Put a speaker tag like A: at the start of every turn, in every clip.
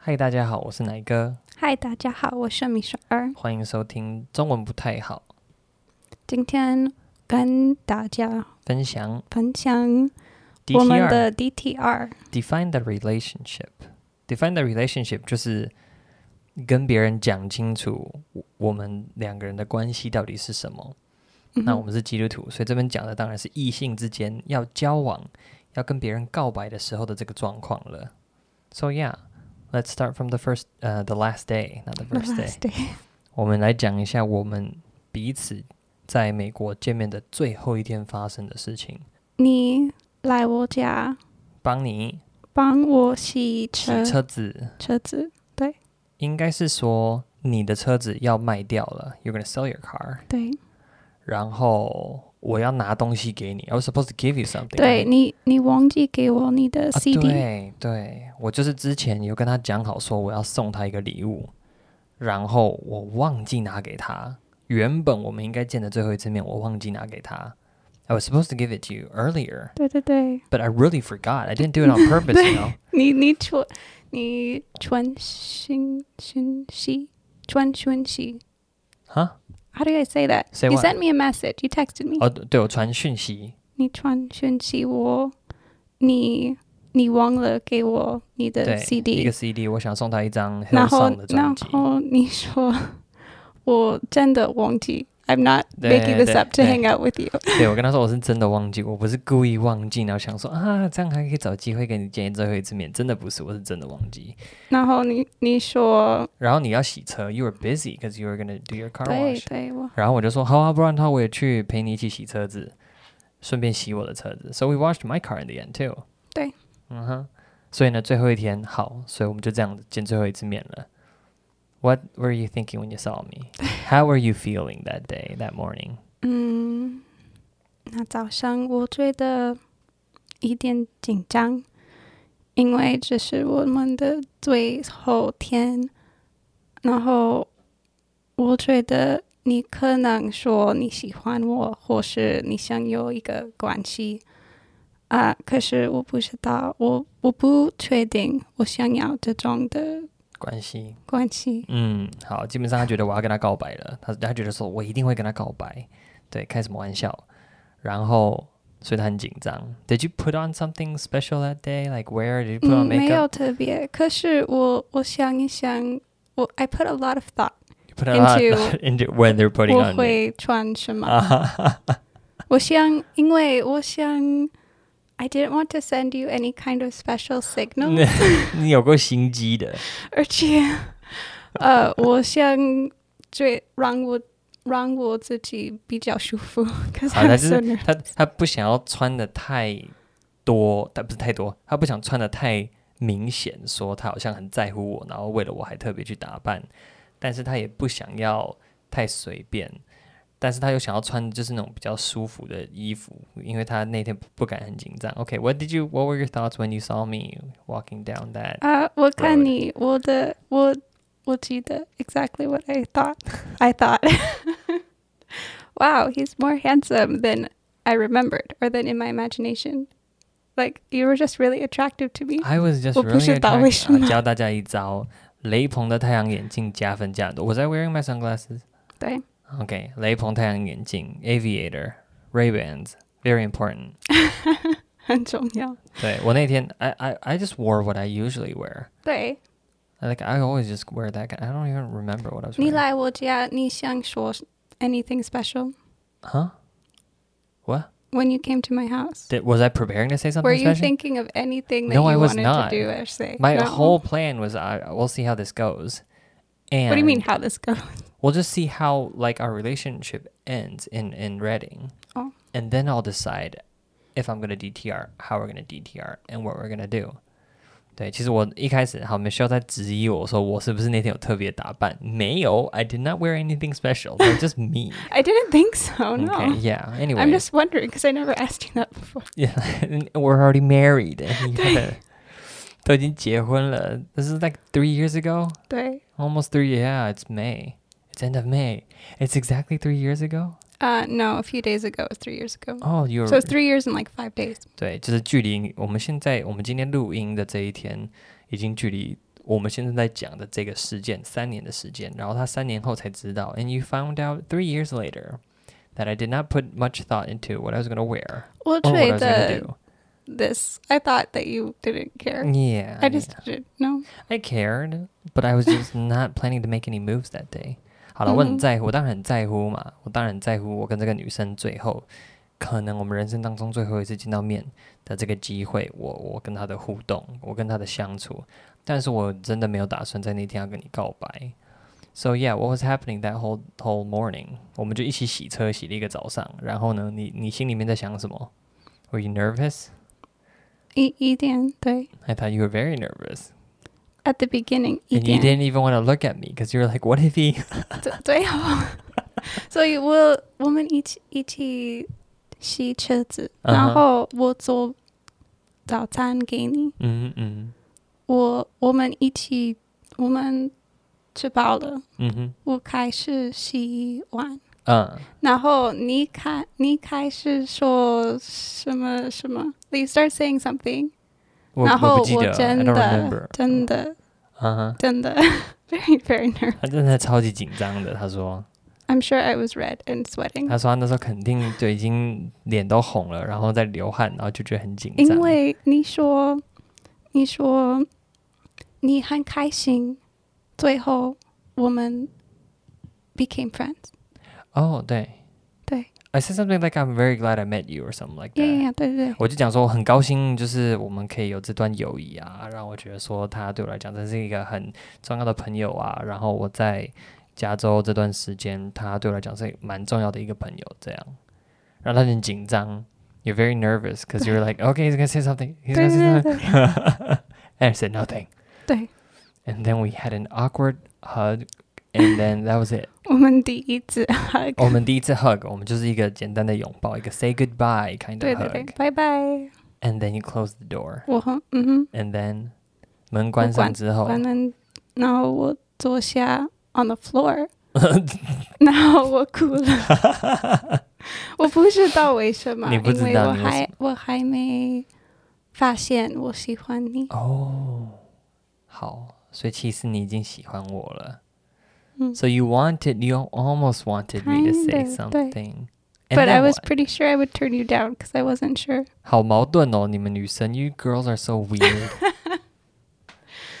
A: 嗨，大家好，我是奶哥，
B: 嗨，大家好，我是米雪儿。
A: 欢迎收听《中文不太好》，
B: 今天跟大家
A: 分享
B: 分享我们
A: DTR
B: 的 DTR。
A: Define the relationship。Define the relationship 就是跟别人讲清楚我我们两个人的关系到底是什么。
B: 嗯
A: 那
B: 哼
A: 我们是基督徒，所以这边讲的当然是异性之间要交往、要跟别人告白的时候的这个状况了。So yeah, let's start from the first, uh, the last day, not the first day.
B: Last day
A: 我们来讲一下我们彼此在美国见面的最后一天发生的事情。
B: 你来我家
A: 邦尼
B: 帮我洗车
A: 洗车子，
B: 车子，
A: 应该是说你的车子要卖掉了，you're gonna sell your car，
B: 对
A: 然后我要拿东西给你，I was supposed to give you something。
B: 对，你你忘记给我你的
A: 啊，
B: CD，、
A: 对对，我就是之前有跟他讲好说我要送他一个礼物，然后我忘记拿给他。原本我们应该见的最后一次面，我忘记拿给他。I was supposed to give it to you earlier,
B: 对对对，
A: but I really forgot. I didn't do it on purpose, you know.
B: 你你传你传讯讯息传讯息
A: Huh?
B: ，How do I say that?
A: Say
B: you
A: what?
B: sent me a message. You texted me.
A: 哦，Oh, 对，我传讯息。
B: 你传讯息我，你你忘了给我你
A: 对
B: 的
A: 一个
B: CD，
A: CD，我想送他一张
B: 然
A: Hill
B: 后
A: Song 的专
B: 然
A: 辑。
B: 后你说我真的忘记，I'm not
A: 对
B: making this
A: 对
B: up to
A: 对
B: hang out with you。
A: 对我跟他说我是真的忘记，我不是故意忘记，然后想说啊，这样还可以找机会跟你见最后一次面，真的不是，我是真的忘记。
B: 然后你你说
A: 然后你要洗车，you were busy because you were gonna do your car
B: 对
A: wash。
B: 对我
A: 然后我就说好啊，不然的话我也去陪你一起洗车子，顺便洗我的车子。So we washed my car in the end too。
B: 对，
A: 嗯哼。所以呢，最后一天好，所以我们就这样子见最后一次面了。What were you thinking when you saw me? How were you feeling that day, that morning?
B: 嗯，那早上我觉得一点紧张，因为这是我们的最后天，然后我觉得你可能说你喜欢我，或是你想有一个关系啊、可是我不知道，我我不确定我想要这种的
A: 关系，
B: 关系，
A: 嗯，好，基本上他觉得我要跟他告白了，他他觉得说我一定会跟他告白，对，开什么玩笑？然后，所以他很紧张。Did you put on something special that day? Like where did you put
B: 嗯，
A: on
B: 没有
A: makeup?
B: 特别，可是我我想一想，我 I put a lot of thought。
A: You put on a lot-
B: into-
A: into when they're putting
B: 我
A: on you.
B: 会穿什么？
A: Ah. 啊，
B: 我想，因为我想，I didn't want to send you any kind of special signal，
A: 你有够心机的，
B: 而且，呃，我想最让我让我自己比较舒服，可是
A: 好那就
B: 很
A: 是
B: 顺
A: 他他不想要穿的太多，但不是太多，他不想穿的太明显，说他好像很在乎我，然后为了我还特别去打扮，但是他也不想要太随便，但是他又想要穿就是那种比较舒服的衣服，因为他那天不不敢很紧张。OK，what、did you what were your thoughts when you saw me walking down that？
B: 啊、我看
A: Road
B: 你，我的我我记得 exactly what I thought. I thought, wow, he's more handsome than I remembered or than in my imagination. Like you were just really attractive to me.
A: I was just
B: 我
A: really
B: 不知道为
A: attracted-
B: 什么
A: 啊教大家一招，雷朋的太阳眼镜加分加很多。Was I wearing my sunglasses?
B: 对。
A: Okay, 雷朋太阳眼镜 Aviator Ray Bans very important.
B: 很重要。
A: 对我那天 I I I just wore what I usually wear.
B: 对
A: Like I always just wear that. kind- I don't even remember what I was
B: 你
A: wearing.
B: 来我家，你想说 anything special
A: Huh? What?
B: when you came to my house?
A: Did, was I preparing to say something
B: Were you
A: special?
B: thinking of anything that
A: No, I
B: you
A: was
B: wanted
A: not.
B: to do or say?
A: My
B: No.
A: whole plan was I we'll see how this goes. And
B: What do you mean how this goes?
A: We'll just see how like our relationship ends in in Reading,
B: Oh.
A: and then I'll decide if I'm gonna DTR, how we're gonna DTR, and what we're gonna do. 对，其实我一开始好 Michelle 在质疑我说我是不是那天有特别打扮？没有，I did not wear anything special. They're just me.
B: I didn't think so. Oh, No.
A: Okay, yeah. Anyway,
B: I'm just wondering because I never asked you that before.
A: yeah, and we're already married. and you gotta- 都已经结婚了。This is like three years ago.
B: 对，
A: Almost three. Yeah, it's May. It's end of May. It's exactly three years ago.
B: 呃、no, Uh, a few days ago, it was three years ago.
A: Oh, you're
B: So it's three years and like five days.
A: 对，就是距离我们现在我们今天录音的这一天，已经距离我们现在在讲的这个事件，三年的时间，然后他三年后才知道，and you found out three years later that I did not put much thought into what I was going to wear or
B: We'll
A: Oh, what I
B: trade
A: was going to
B: the
A: do. Mm,
B: this. I thought that you didn't care.
A: Yeah,
B: I just
A: yeah.
B: didn't know.
A: I cared, but I was just not planning to make any moves that day. 好了，
B: 嗯
A: 我很在乎，我当然很在乎嘛，我当然很在乎我跟这个女生最后，可能我们人生当中最后一次见到面的这个机会，我我跟她的互动，我跟她的相处，但是我真的没有打算在那天要跟你告白。So yeah, what was happening that whole whole morning？我们就一起洗车，洗了一个早上。然后呢，你你心里面在想什么？Were you nervous?
B: 一-一点，对。
A: I thought you were very nervous.
B: At the beginning,
A: And you didn't e- even want to look at me because you were like, what if he
B: oh.
A: 嗯哼。
B: 对，所以我我们一起一起洗车子，然后我做早餐给你，我我们一起
A: 嗯嗯
B: 我们吃饱了，
A: 嗯哼
B: 我开始洗碗，
A: 嗯
B: 然后你开你开始说什么什么，you start saying something，
A: 我
B: 然后
A: 我不记
B: 我
A: 得，I
B: 真
A: don't
B: 的
A: remember，
B: 真的
A: 嗯哼，
B: 真的 very very nervous。
A: 他真的超级紧张的，他说，
B: I'm sure I was red and sweating，
A: 他说他那时候肯定就已经脸都红了，然后在流汗，然后就觉得很紧张，
B: 因为你说你说你很开心，最后我们 became friends。
A: 哦对
B: 对
A: ，I said something like I'm very glad I met you or something like
B: 耶
A: that。
B: 耶，对对对。
A: 我就讲说，我很高兴，就是我们可以有这段友谊啊，让我觉得说他对我来讲真是一个很重要的朋友啊。然后我在加州这段时间，他对我来讲是蛮重要的一个朋友，这样。然后他很紧张，You're very nervous because you're like, okay, he's gonna say something, he's
B: 对
A: gonna say
B: 对
A: something.
B: 对
A: And I said nothing,
B: 对，
A: and then we had an awkward hug, and then that was it.
B: 我们第一次 hug，
A: 我们第一次 hug，我们就是一个简单的拥抱，一个 say goodbye kind
B: 对
A: of
B: 对对
A: hug,，
B: 拜拜。
A: and then you close the door.
B: 我很嗯
A: And then 门关上之
B: 哼，
A: 后，
B: 完了，然后我坐下 on the floor，然后我哭了。 我不知道为什么，
A: 你不知道
B: 因为我
A: 你为什么
B: 还我还没发现我喜欢你。
A: 哦，好，所以其实你已经喜欢我了。
B: 嗯
A: So you wanted, you almost wanted me to say
B: Kind of, 对
A: something. And
B: But I
A: then
B: was
A: what?
B: pretty sure I would turn you down because I wasn't sure.
A: 好矛盾哦，你们女生，You girls are so weird.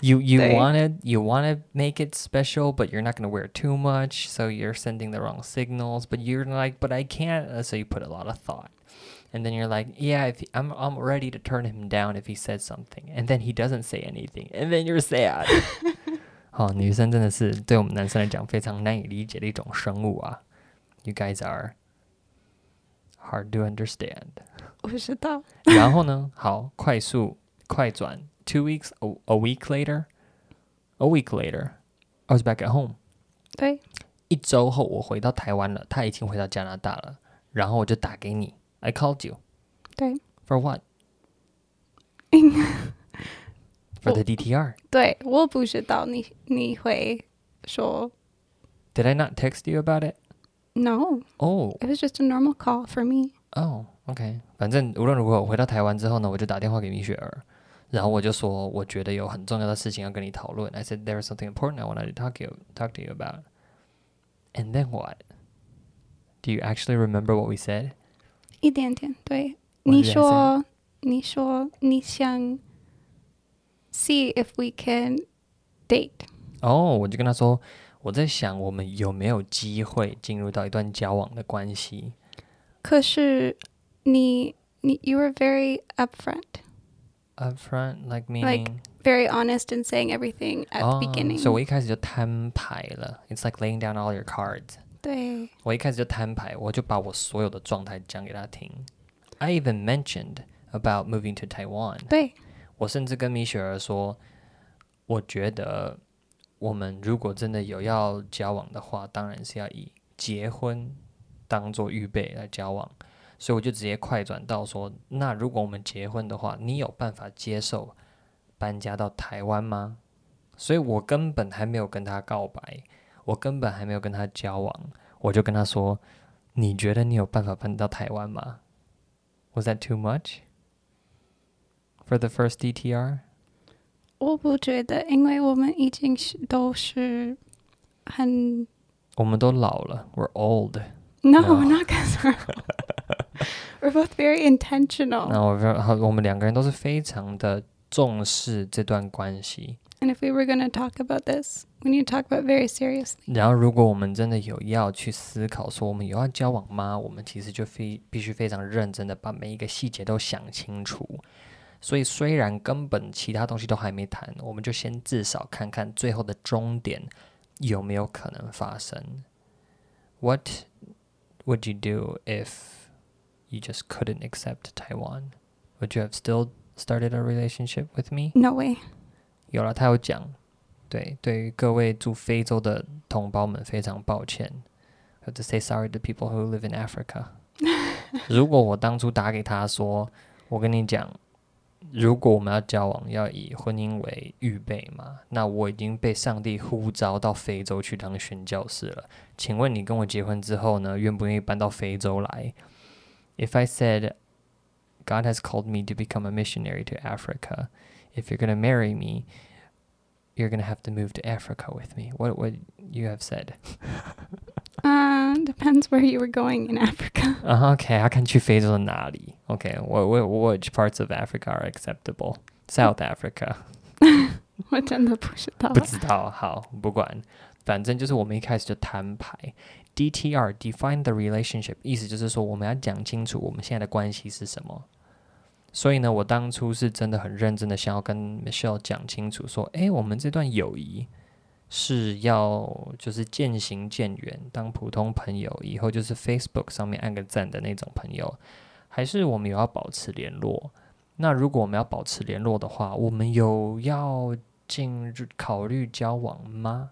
A: You you
B: 对
A: wanna you wanna make it special, but you're not gonna wear too much, so you're sending the wrong signals. But you're like, but I can't. uh, So you put a lot of thought, and then you're like, yeah, if he, I'm I'm ready to turn him down if he says something, and then he doesn't say anything, and then you're sad. 好，女生真的是对我们男生来讲非常难以理解的一种生物啊。You guys are hard to understand.
B: 我知道。
A: 然后呢？好，快速快转。Two weeks, a, a week later, a week later, I was back at home.
B: 对，
A: 一周后我回到台湾了，他已经回到加拿大了。然后我就打给你，I called you.
B: 对。
A: For what?
B: 因
A: For the DTR.
B: 对，我不知道你你会说
A: Did I not text you about it?
B: no.
A: Oh,
B: It was just a normal call for me.
A: oh, OK。反正无论如何，我回到台湾之后呢，我就打电话给米雪儿，然后我就说，我觉得有很重要的事情要跟你讨论。I said there was something important I wanted to talk you talk to you about. And then what? Do you actually remember what we said?
B: 一点点，对。你
A: What did I
B: 说你说你想 see if we can date.
A: 哦，Oh, 我就跟他说，我在想我们有没有机会进入到一段交往的关系。
B: 可是你你 you were very upfront,
A: Upfront, like meaning. Oh,
B: Like very honest in saying everything at the beginning.
A: 所以我一开始就摊牌了。It's like laying down all your cards.
B: 对。
A: 我一开始就摊牌，我就把我所有的状态讲给他听。I even mentioned about moving to Taiwan.
B: 对
A: 我甚至跟米雪儿说，我觉得我们如果真的有要交往的话，当然是要以结婚当做预备来交往。所以我就直接快转到说，那如果我们结婚的话，你有办法接受搬家到台湾吗？所以我根本还没有跟他告白，我根本还没有跟他交往，我就跟他说，你觉得你有办法搬到台湾吗？Was that too much for the first DTR?
B: 我不觉得，因为我们已经是都是很
A: 我们都老了，we're old。
B: no,
A: No.
B: not because we're we're both very intentional.
A: 那我认好，我们两个人都是非常的重视这段关系。
B: And if we were going to talk about this, we need to talk about it very seriously.
A: 然后，如果我们真的有要去思考说我们有要交往吗？我们其实就非必须非常认真的把每一个细节都想清楚。所以，虽然根本其他东西都还没谈，我们就先至少看看最后的终点有没有可能发生。What would you do if you just couldn't accept Taiwan? Would you have still started a relationship with me?
B: No way.
A: 有了，他有讲，对，对于各位住非洲的同胞们非常抱歉。I have to say sorry to people who live in Africa 。如果我当初打给他说，我跟你讲，如果我们要交往，要以婚姻为预备嘛，那我已经被上帝呼召到非洲去当宣教士了。请问你跟我结婚之后呢，愿不愿意搬到非洲来？If I said God has called me to become a missionary to Africa, if you're going to marry me, you're gonna have to move to Africa with me. What would you have said?
B: Uh, depends where you were going in Africa.
A: Uh, okay, I can choose phase on Nadi. Okay, what, what, which parts of Africa are acceptable? South Africa.
B: 我真的不知道。
A: 不知道，好，不管，反正就是我们一开始就摊牌。DTR define the relationship，意思就是说我们要讲清楚我们现在的关系是什么。所以呢，我当初是真的很认真的想要跟 Michelle 讲清楚，说，诶，我们这段友谊是要就是渐行渐远，当普通朋友，以后就是 Facebook 上面按个赞的那种朋友，还是我们有要保持联络？那如果我们要保持联络的话，我们有要进入考虑交往吗？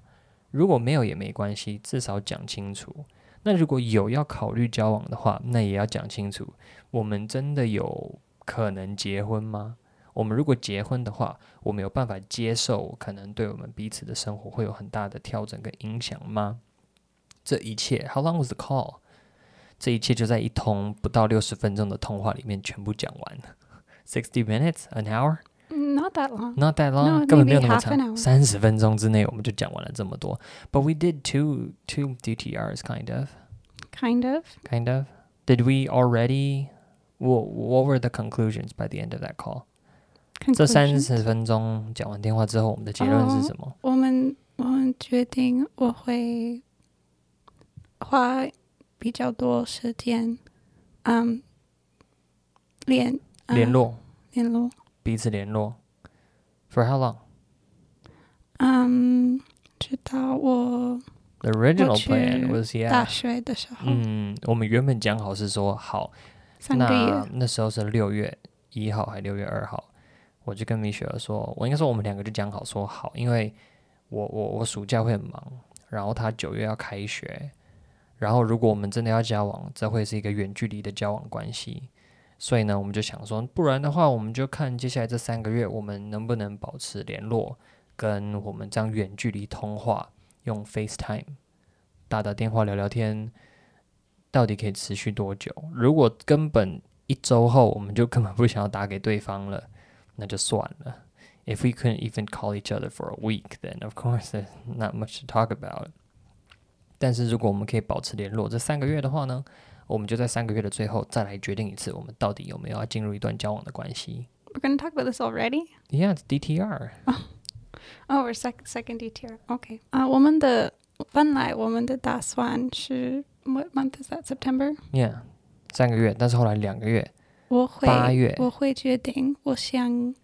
A: 如果没有也没关系，至少讲清楚。那如果有要考虑交往的话，那也要讲清楚，我们真的有可能结婚吗？我们如果结婚的话，我们有办法接受可能对我们彼此的生活会有很大的调整跟影响吗？这一切，How long was the call？这一切就在一通不到六十分钟的通话里面全部讲完 了。Sixty minutes, an hour。
B: Not that long.
A: Not that long，、
B: No,
A: 根本没有
B: maybe
A: 那么
B: half an
A: 长，
B: hour.
A: 三十分钟之内我们就讲完了这么多。But we did two two DTRs, kind of,
B: Kind of.
A: kind of. Did we already? What What were the conclusions by the end of that call？这三
B: Conclusion.
A: 十分钟讲完电话之后，我们的结论是什么？
B: 我们-我们决定我会花比较多时间，嗯，联-呃，
A: 联络，
B: 联络。
A: 彼此联络。For how long?
B: 嗯，直到我
A: The original
B: 去
A: plan was
B: 大
A: yeah。Mm.
B: 学的时候，
A: 嗯，我们原本讲好是说好，
B: 三个
A: 那
B: 月，
A: 那时候是六月一号还六月二号，我就跟米雪儿说，我应该说我们两个就讲好说好，因为我我我暑假会很忙，然后他九月要开学，然后如果我们真的要交往，这会是一个远距离的交往关系，所以呢，我们就想说，不然的话，我们就看接下来这三个月我们能不能保持联络，跟我们这样远距离通话，用 FaceTime 打打电话聊聊天。到底可以持续多久？如果根本一周后我们就根本不想要打给对方了，那就算了。If we couldn't even call each other for a week, then of course there's not much to talk about. 但是如果我们可以保持联络这三个月的话呢，我们就在三个月的最后再来决定一次，我们到底有没有要进入一段交往的关系。
B: we're gonna talk about this already.
A: Yeah, it's DTR.
B: Oh, we're second second D tier. Okay. Uh, 啊，我们的本来我们的打算是 What month is that? September.
A: Yeah，三个月，但是后来两个月，
B: 我会
A: 八月
B: 我会决定，我想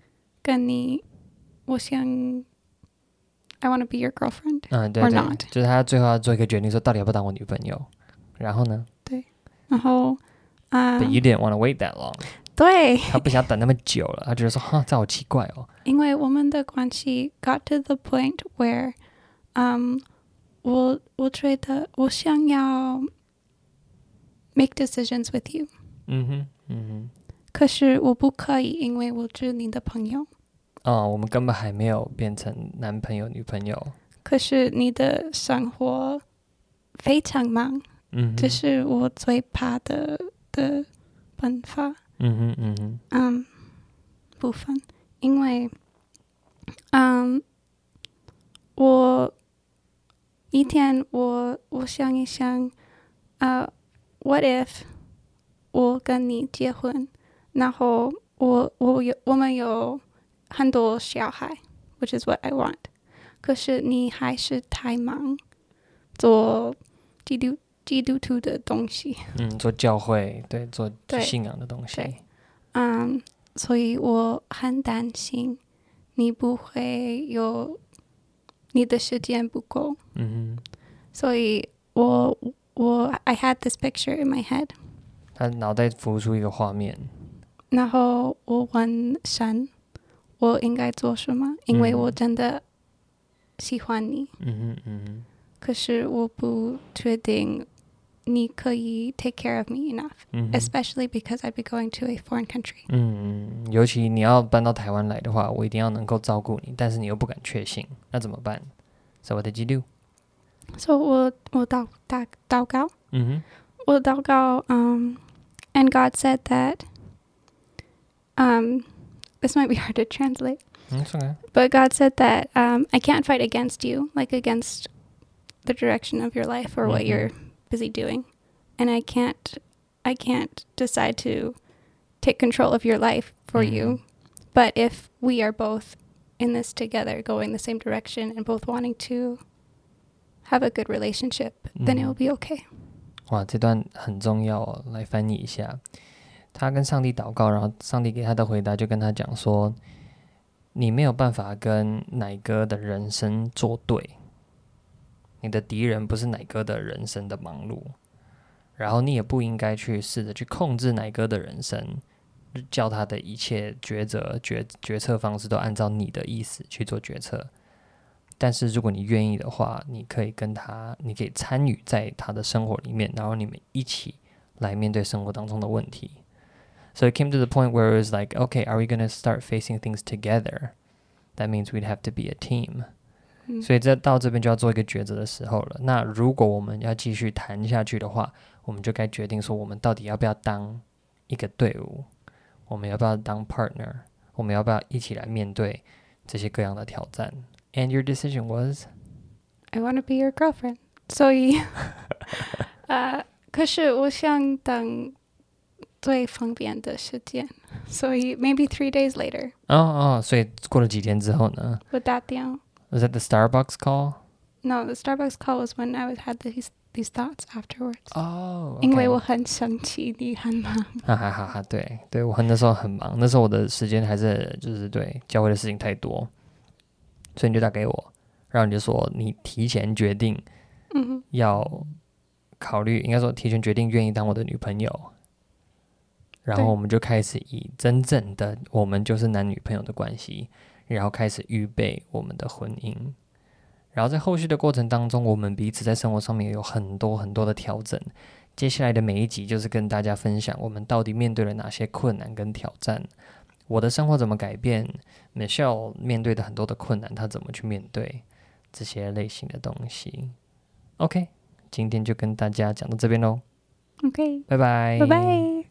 B: 跟你，我想，I want to be your girlfriend.
A: 嗯，对
B: Or
A: 对
B: not，
A: 就是他最后要做一个决定，说到底要不要当我女朋友。然后呢、
B: 然后啊
A: b u t you didn't want to wait that long.
B: 对，
A: 他不想等那么久了，他觉得说哈，这好奇怪哦。
B: 因为我们的关系 got to the point where，嗯、um, 我我觉得我想要 make decisions with you，
A: 嗯哼，嗯
B: 可是我不可以，因为我是你的朋友。
A: 哼，啊、我们根本还没有变成男朋友、女朋友。
B: 可是你的生活非常忙，
A: 嗯哼，
B: 这是我最怕的的办法。
A: 嗯哼，嗯哼，
B: 嗯，部分，因为嗯，我一天我我想一想，啊、w h a t if 我跟你结婚，然后我我有我们有很多小孩，which is what I want，可是你还是太忙，做基督基督徒的东西。
A: 嗯，做教会，对，做
B: 对
A: 信仰的东西，
B: 对嗯，Um, 所以我很担心你不会有你的时间不够，
A: 嗯哼。
B: 所以我我 I had this picture in my head，
A: 他脑袋浮出一个画面，
B: 然后我问神，我应该做什么？因为
A: 嗯
B: 我真的喜欢你，
A: 嗯哼嗯哼
B: 可是我不确定你可以 take care of me enough，、
A: 嗯哼
B: especially because I'd be going to a foreign country。
A: 嗯，嗯尤其你要搬到台湾来的话，我一定要能够照顾你，但是你又不敢确信，那怎么办？So what did you do？
B: 所以我我祷祷祷告。
A: 嗯
B: well they'll go um and god said that um this might be hard to translate
A: 哼，嗯，是啊，
B: but god said that um i can't fight against you like against the direction of your life or what
A: Mhm.
B: you're busy doing and i can't i can't decide to take control of your life for you but if we are both in this together going the same direction and both wanting to have a good relationship then it will
A: Mhm.
B: be okay
A: 哇，这段很重要哦，来翻译一下。他跟上帝祷告，然后上帝给他的回答就跟他讲说：“你没有办法跟奶哥的人生作对，你的敌人不是奶哥的人生的忙碌，然后你也不应该去试着去控制奶哥的人生，叫他的一切抉择、决决策方式都按照你的意思去做决策。但是如果你愿意的话，你可以跟他，你可以参与在他的生活里面，然后你们一起来面对生活当中的问题。So it came to the point where it was like, okay, are we going to start facing things together? That means we'd have to be a team.
B: 嗯
A: 所以这到这边就要做一个抉择的时候了。那如果我们要继续谈下去的话，我们就该决定说，我们到底要不要当一个队伍？我们要不要当 partner？我们要不要一起来面对这些各样的挑战？And your decision was，
B: I want to be your girlfriend. So you. uh, 可是我想等最方便的时间，所以 maybe three days later
A: 哦哦，所以过了几天之后呢
B: would that down.
A: ？Was that the Starbucks call？
B: No, the Starbucks call was when I was had these these thoughts afterwards.
A: Oh, 哦、
B: 因为我很生气，你很忙。
A: 哈哈哈哈，对对，我很那时候很忙，那时候我的时间还是就是对教会的事情太多，所以你就打给我，然后你就说你提前决定
B: 嗯哼。
A: 要考虑，应该说提前决定愿意当我的女朋友，然后
B: 对
A: 我们就开始以真正的我们就是男女朋友的关系，然后开始预备我们的婚姻。然后在后续的过程当中，我们彼此在生活上面有很多很多的调整。接下来的每一集就是跟大家分享我们到底面对了哪些困难跟挑战，我的生活怎么改变，Michelle 面对的很多的困难，她怎么去面对这些类型的东西。OK，今天就跟大家讲到这边喽，
B: Okay.
A: 拜拜，
B: Bye bye.